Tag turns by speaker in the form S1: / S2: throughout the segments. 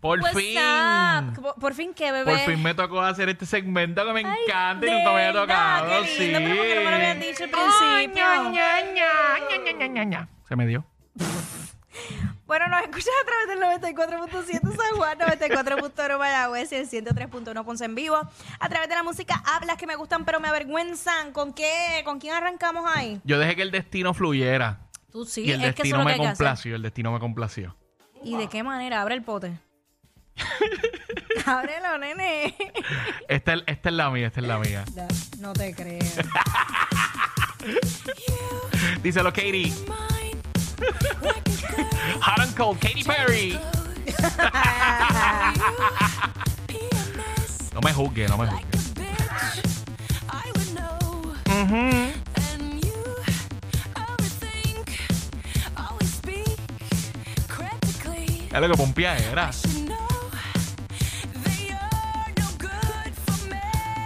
S1: Por
S2: What's
S1: fin.
S2: up? Por, por fin que bebé.
S1: Por fin me tocó hacer este segmento que me
S2: Ay,
S1: encanta
S2: de
S1: y nunca me había
S2: verdad,
S1: tocado.
S2: qué lindo, pero ¿por qué no me lo habían dicho al principio?
S1: Se me dio.
S2: Bueno, nos escuchas a través del 94.7 San Juan, 94.1 Mayagüez y el 103.1 Ponce en vivo. A través de la música Hablas que me gustan pero me avergüenzan. ¿Con qué? ¿Con quién arrancamos ahí?
S1: Yo dejé que el destino fluyera.
S2: Tú sí,
S1: y el
S2: es que eso es
S1: destino
S2: lo que
S1: me
S2: hay que hacer.
S1: complació. El destino me complació.
S2: ¿Y de qué manera? Abre el pote. Ábrelo, nene.
S1: Esta, es- esta es la mía, esta es la mía.
S2: Da- No te creo.
S1: Díselo, Katie. Hot and cold, Katy Perry. No me juzgue, no me juzgue. Es lo que pompía era.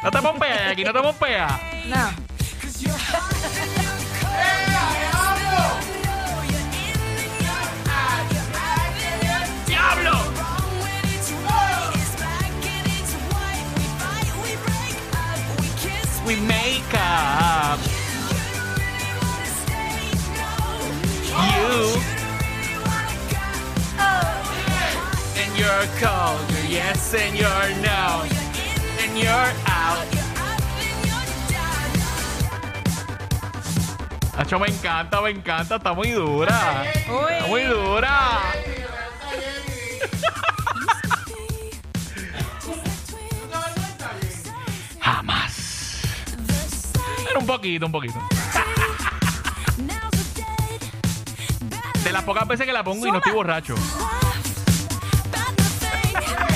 S1: No te pompeas, aquí no te pompeas.
S2: No.
S1: ¡Diablo! We make up. You. And you're cold, you're yes and you're no. And you're out. Hacho, me encanta, me encanta, está muy dura. Está muy
S2: Uy.
S1: dura. Jamás. Pero un poquito, un poquito. De las pocas veces que la pongo y no estoy borracho.
S2: Ya,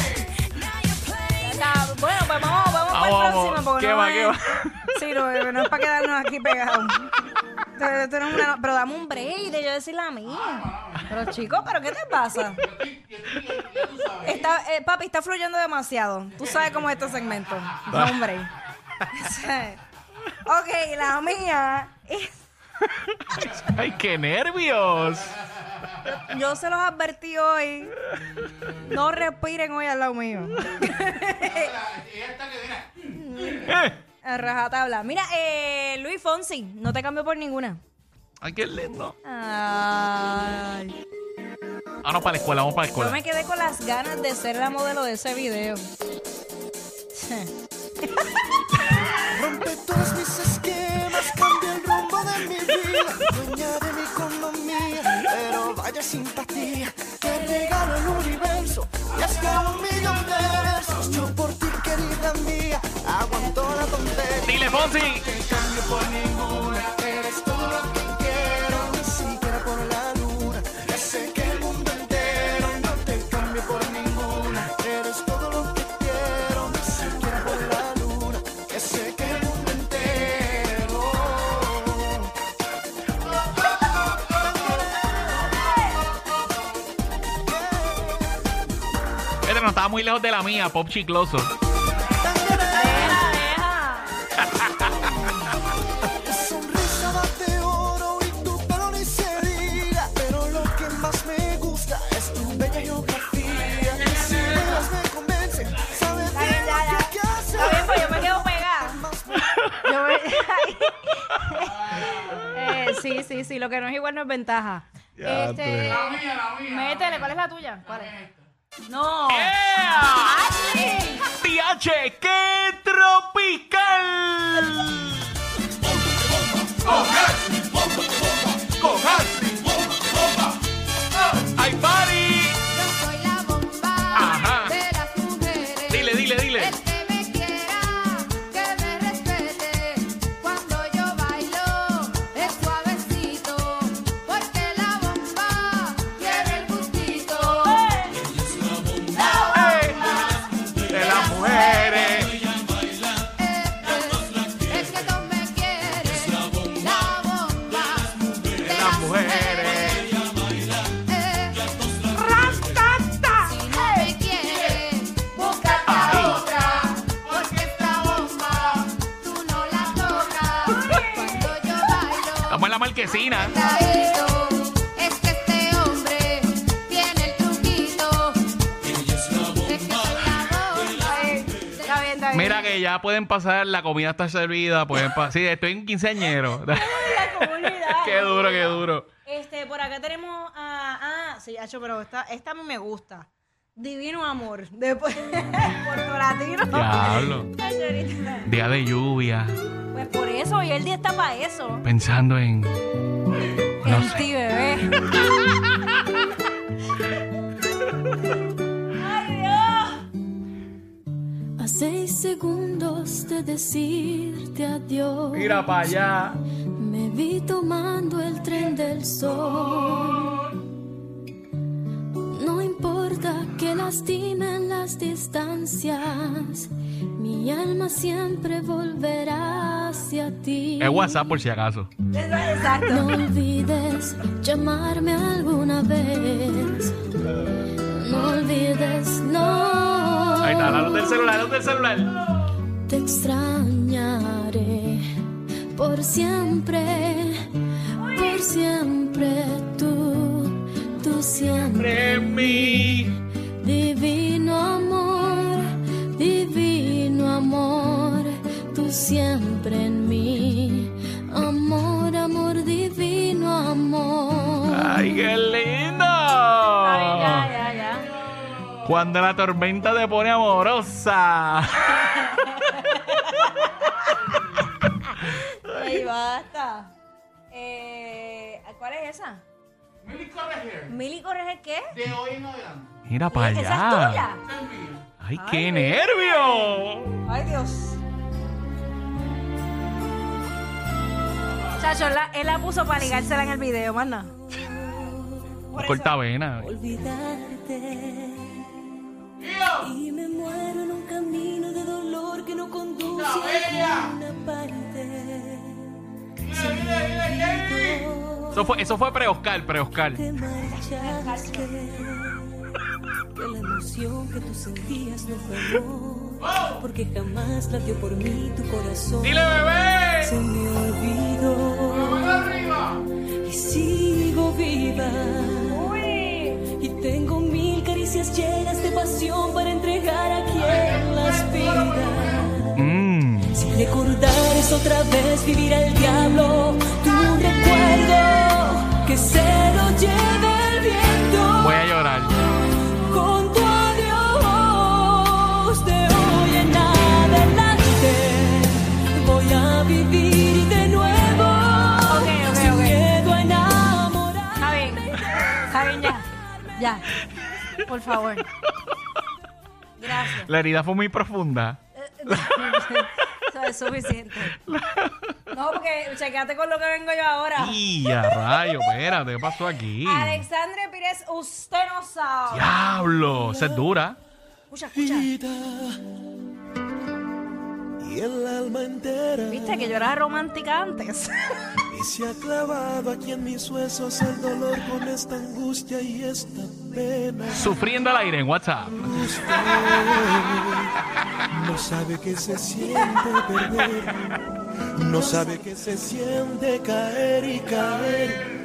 S2: Bueno, pues vamos, vamos para
S1: Vamos,
S2: el
S1: vamos.
S2: próximo. Porque
S1: ¿Qué
S2: no
S1: va,
S2: es...
S1: qué va?
S2: Sí, no, bebé, no es para quedarnos aquí pegados. Esto- esto no es una- Pero dame un break de yo decir la mía. Pero chicos, ¿pero qué te pasa? Está, eh, papi, está fluyendo demasiado. Tú sabes cómo es este segmento. Dame un break. ok, la mía. es-
S1: ¡Ay, qué nervios!
S2: Yo se los advertí hoy. No respiren hoy al lado mío. A Rajatabla. Mira, eh, Luis Fonsi, no te cambio por ninguna.
S1: ¡Ay, qué lindo!
S2: Ay,
S1: Ah, no, para la escuela, vamos para la
S2: yo
S1: escuela.
S2: me quedé con las ganas de ser la modelo de ese video.
S3: Rompe todos mis esquemas, cambia el rumbo de mi vida, dueña de mi economía, pero vaya simpatía, te regalo el universo, y hasta un millón de versos, yo por ti querida mía, aguanto la tontería,
S1: ¡Dile, Fonsi!
S3: te cambio por ninguna, eres todo lo que quiero, ni siquiera por la luna, ya sé que el mundo entero, no te cambio por ninguna, eres todo lo que quiero, ni siquiera por la luna, ya sé que el mundo entero.
S1: Este no estaba muy lejos de la mía, Pop Chicloso.
S3: Tu sonrisa bate oro y tu pelo ni se diga Pero lo que más me gusta es tu bella geografía Si me das me convence, sabes
S2: Está bien,
S3: bien
S2: ya,
S3: lo
S2: ya.
S3: que
S2: Está bien,
S3: haces
S2: pues yo me quedo pegada. Yo me- Eh, sí, sí, sí, lo que no es igual no es ventaja. Este, Métele, ¿cuál es la tuya? ¿Cuál es? No.
S1: ¡Ea!
S2: Ashley.
S1: TH, qué tropical. ¡Ay, party! Ajá. Dile, dile, dile. vecina.
S4: Es que este hombre tiene el truquito. Es que soy la bomba.
S2: Está bien, está bien.
S1: Mira que ya pueden pasar, la comida está servida. Pueden pa- sí, estoy en quinceañero.
S2: La comunidad.
S1: qué duro, qué duro.
S2: Este, por acá tenemos a. Ah, sí, Hacho, pero esta, esta a mí me gusta. Divino amor. Después, Puerto Latino.
S1: Diablo.
S2: Hacho, ahorita.
S1: Día de lluvia,
S2: Pues por eso, hoy el día está para eso.
S1: pensando en. No
S2: el
S1: sé.
S2: ti bebé. Ay, Dios.
S4: A seis segundos de decirte adiós,
S1: Mira para allá.
S4: me vi tomando el tren del sol. No importa que lastimen las distancias, mi alma siempre volverá hacia ti.
S1: Es WhatsApp por si acaso.
S2: Exacto.
S4: No olvides llamarme alguna vez. No olvides, no.
S1: Ahí está, la luz del celular, la luz del celular.
S4: Te extrañaré por siempre, por siempre tú, tú siempre.
S1: En mí.
S4: Divino amor, divino amor, tú siempre en mí. Amor, amor, divino amor.
S1: Ay, qué lindo. Oh.
S2: Ya, ya.
S1: Cuando la tormenta te pone amorosa.
S2: Ey, basta. Eh, ¿Cuál es esa? Mili Correger. ¿Mili Correger qué?
S1: Mira para allá.
S2: Esa es tuya.
S1: Ay, qué nervio.
S2: Ay, Dios. Chacho, él la, él la puso para ligársela en el video, manda.
S1: Corta vena.
S4: olvidarte. Y me muero en un camino de dolor que no conduce a ninguna parte.
S1: Eso fue, eso fue pre-Oscar, pre-Oscar.
S4: Te marchaste. Que la emoción que tú sentías no fue amor, porque jamás la dio por mí tu corazón.
S1: ¡Dile, bebé!
S4: Se me olvidó. Y sigo viva. Y tengo mil caricias llenas de pasión para entregar a quien las pida.
S1: Mm.
S4: Si recordar es otra vez vivir al diablo, tu recuerdo que se lo lleve el viento.
S1: Voy a llorar.
S4: Con tu adiós de hoy en adelante voy a vivir de nuevo.
S2: Ok, ok,
S4: Sin
S2: ok.
S4: miedo a enamorarme.
S2: Está bien. Está bien ya. Ya. Por favor. Gracias.
S1: La herida fue muy profunda.
S2: Eso es suficiente. No, porque checate con lo que vengo yo ahora.
S1: ¡Y a rayo! Espérate, ¿qué pasó aquí?
S2: Alexandre Pires, usted no sabe.
S1: ¡Diablo! Esa es dura.
S2: Escucha, escucha.
S3: Y el alma entera.
S2: Viste que yo era romántica antes.
S3: Y se ha clavado aquí en mis huesos el dolor con esta angustia y esta pena.
S1: Sufriendo al aire en WhatsApp.
S3: No sabe que se siente perder. No sabe que se siente caer y caer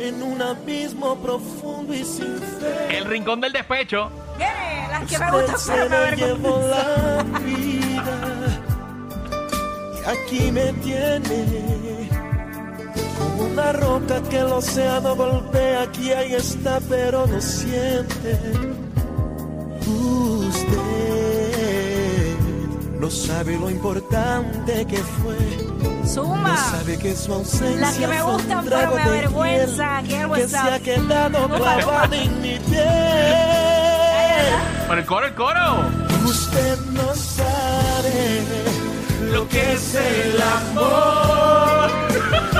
S3: en un abismo profundo y sin fe.
S1: El rincón del despecho.
S2: Viene, las que me
S3: Usted
S2: gustan
S3: se
S2: pero me
S3: me
S2: avergüenzan.
S3: llevó la vida y aquí me tiene como una roca que el océano golpea aquí ahí está pero no siente usted no sabe lo importante que fue no
S2: Suma.
S3: sabe que su ausencia
S2: Las Ah. que me
S3: fue un
S2: gustan, pero
S3: trago
S2: me
S3: de miel
S2: avergüenza. Aquí en el
S3: que se
S2: WhatsApp.
S3: ha quedado clavada en mi piel
S1: Pero el coro, el coro.
S3: Usted no sabe
S1: Lo que es el amor.
S3: Oh.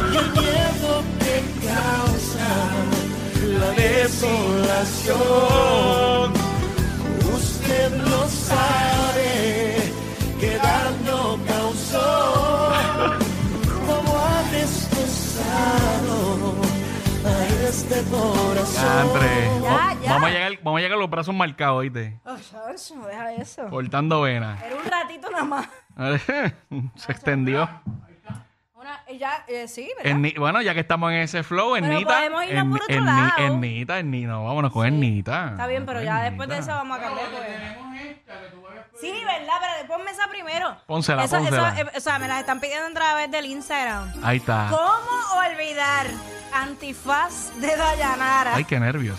S3: el miedo que causa la desolación. Usted no sabe qué daño causó, cómo ha destrozado a este
S1: Andre,
S3: corazón.
S1: va-
S2: ya.
S1: Vamos, a llegar, vamos a llegar los brazos marcados, ¿oíste?
S2: Ay, Chacho, deja eso.
S1: Cortando venas.
S2: Era un ratito nada más.
S1: Se extendió.
S2: Una, Ella, eh, sí, ¿verdad?
S1: Enni- bueno, ya que estamos en ese flow,
S2: Pero
S1: Ernita.
S2: podemos irnos por otro
S1: Enni-
S2: lado.
S1: Ernita, Ernita, no, vámonos con Ernita.
S2: Está bien, pero
S1: Con
S2: ya después de
S1: Ernita.
S2: eso vamos a cambiar. porque- Sí, ¿verdad? Pero ponme esa primero.
S1: Pónsela,
S2: Esa- esa-
S1: pónsela.
S2: eh, o sea, me las están pidiendo a través del Instagram.
S1: Ahí está.
S2: ¿Cómo olvidar antifaz de Dayanara?
S1: Ay, qué nervios.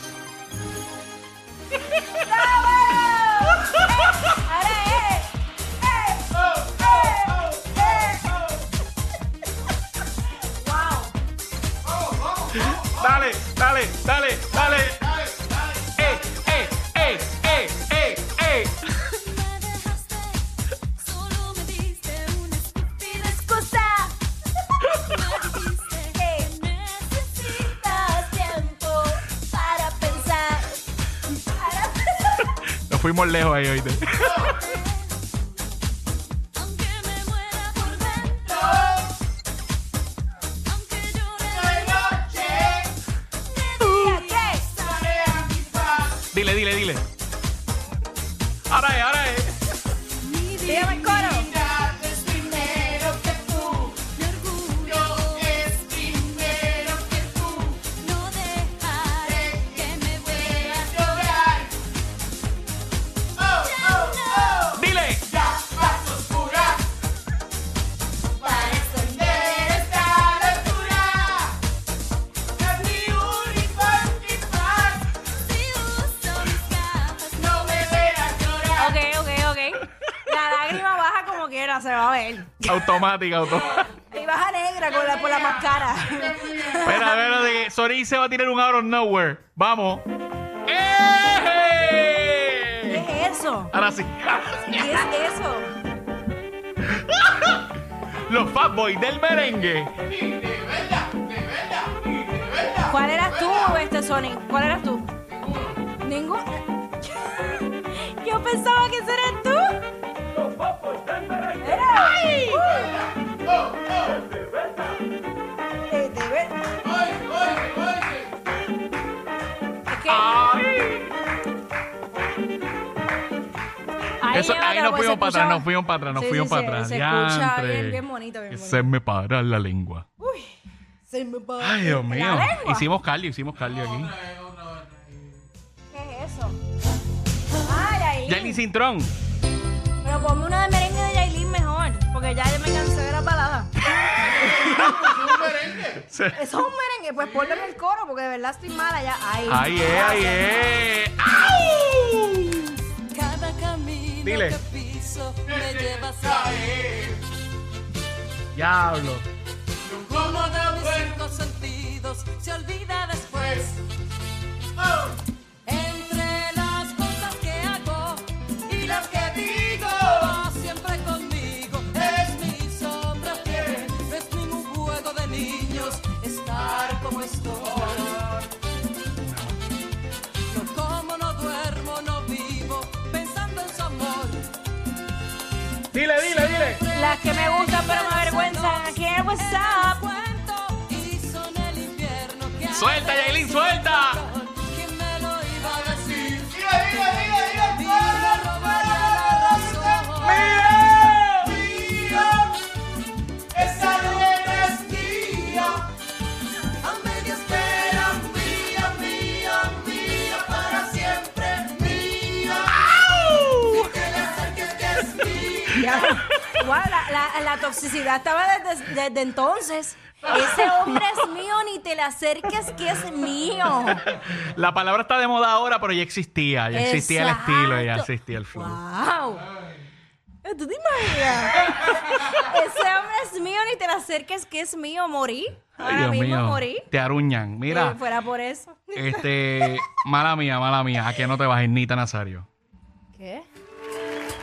S2: Ahora es. ¡Eh! ¡Eh! ¡Eh! Wow.
S1: Dale, dale, dale, dale. Eh, eh, eh, eh, eh, eh.
S3: Solo me diste una estúpida excusa. Me dijiste que necesitas tiempo para pensar. Para pensar.
S1: Nos fuimos lejos ahí hoy.
S3: Aunque me muera por dentro. Aunque llore de noche. Me
S1: Dile, dile, dile. Ahora es, ahora es.
S2: Dígame el coro.
S3: Mi orgullo es primero que tú. No dejaré que me veas llorar. Oh, Ya
S1: Dile.
S3: no vas oscura para esconder esta locura. Es mi único antifaz. Si uso mis gafas, no me veas llorar.
S2: Ok, ok, ok. La lágrima baja como quiera, se va a ver.
S1: Automática, automática.
S2: Y baja negra con la, por la máscara.
S1: Espera, espera, de que Sori se va a tirar un out of nowhere. Vamos. ¡Eh!
S2: ¿Qué es eso?
S1: Ahora sí.
S2: ¿Qué es eso?
S1: Los Fat Boys del merengue.
S2: ¿Cuál eras tú, este Sony? ¿Cuál eras tú? Ninguno. Yo pensaba que ese eras tú. Era- Uh. Eh, de ver- Es que- Ahí
S1: Eso,
S2: lleva
S1: ahí
S2: la
S1: nos
S2: voz,
S1: fuimos
S2: pues se
S1: para atrás,
S2: escuchaba-
S1: nos fuimos para atrás, nos
S2: Sí,
S1: fuimos
S2: sí,
S1: para
S2: se-
S1: atrás.
S2: Se escucha
S1: Diantre.
S2: bien, bien bonito, bien
S1: Que
S2: bonito.
S1: Se me para la lengua.
S2: Se me va.
S1: Ay, Dios mío.
S2: ¿La lengua?
S1: Hicimos cardio, hicimos cardio aquí.
S2: ¿Qué es eso? Ah, Yailin.
S1: Jenny Cintrón.
S2: Pero ponme una de merengue de Yailin mejor, porque ya yo me cansé de la balada.
S1: Sí.
S2: Eso es un merengue, pues ponle en el coro, porque de verdad estoy mala ya. Ay,
S1: Ahí es, ahí es. ¡Au!
S3: Cada camino
S1: Dile.
S3: que piso me llevas a
S1: Diablo.
S3: Como de mis cinco sentidos se olvida después. Oh. Entre las cosas que hago y las que digo, siempre conmigo es mi sombra fiel. No es ningún juego de niños estar como estoy. Yo como no duermo, no vivo pensando en su amor.
S1: Dile, dile, dile.
S2: Las que me gustan pero me avergüenzan aquí en el
S3: Los
S2: WhatsApp.
S3: cuento y son el infierno que arde
S1: Suelta, Yailin,
S3: sin
S1: suelta.
S3: control. ¿Quién me lo iba a decir? Mira, mira, mira, mira, fuera, fuera, Esa luna es mía. A media espera, mía, mía, mía, para siempre mía. Si te le acerques que es mía.
S2: Ya. Guau, la, la- la toxicidad estaba desde, desde entonces. Ese hombre es mío, ni te le acerques que es mío.
S1: La palabra está de moda ahora, pero ya existía. Ya existía
S2: Exacto.
S1: el estilo, ya existía el flow.
S2: ¡Wow! ¿Tú te imaginas? Ese hombre es mío, ni te le acerques que es mío, morí.
S1: Ay,
S2: Ahora
S1: Dios
S2: mismo
S1: mío.
S2: morí.
S1: Te aruñan. Mira,
S2: Si fuera por eso.
S1: este. Mala mía, mala mía. ¿A que no te vas, Nita Nazario?
S2: ¿Qué?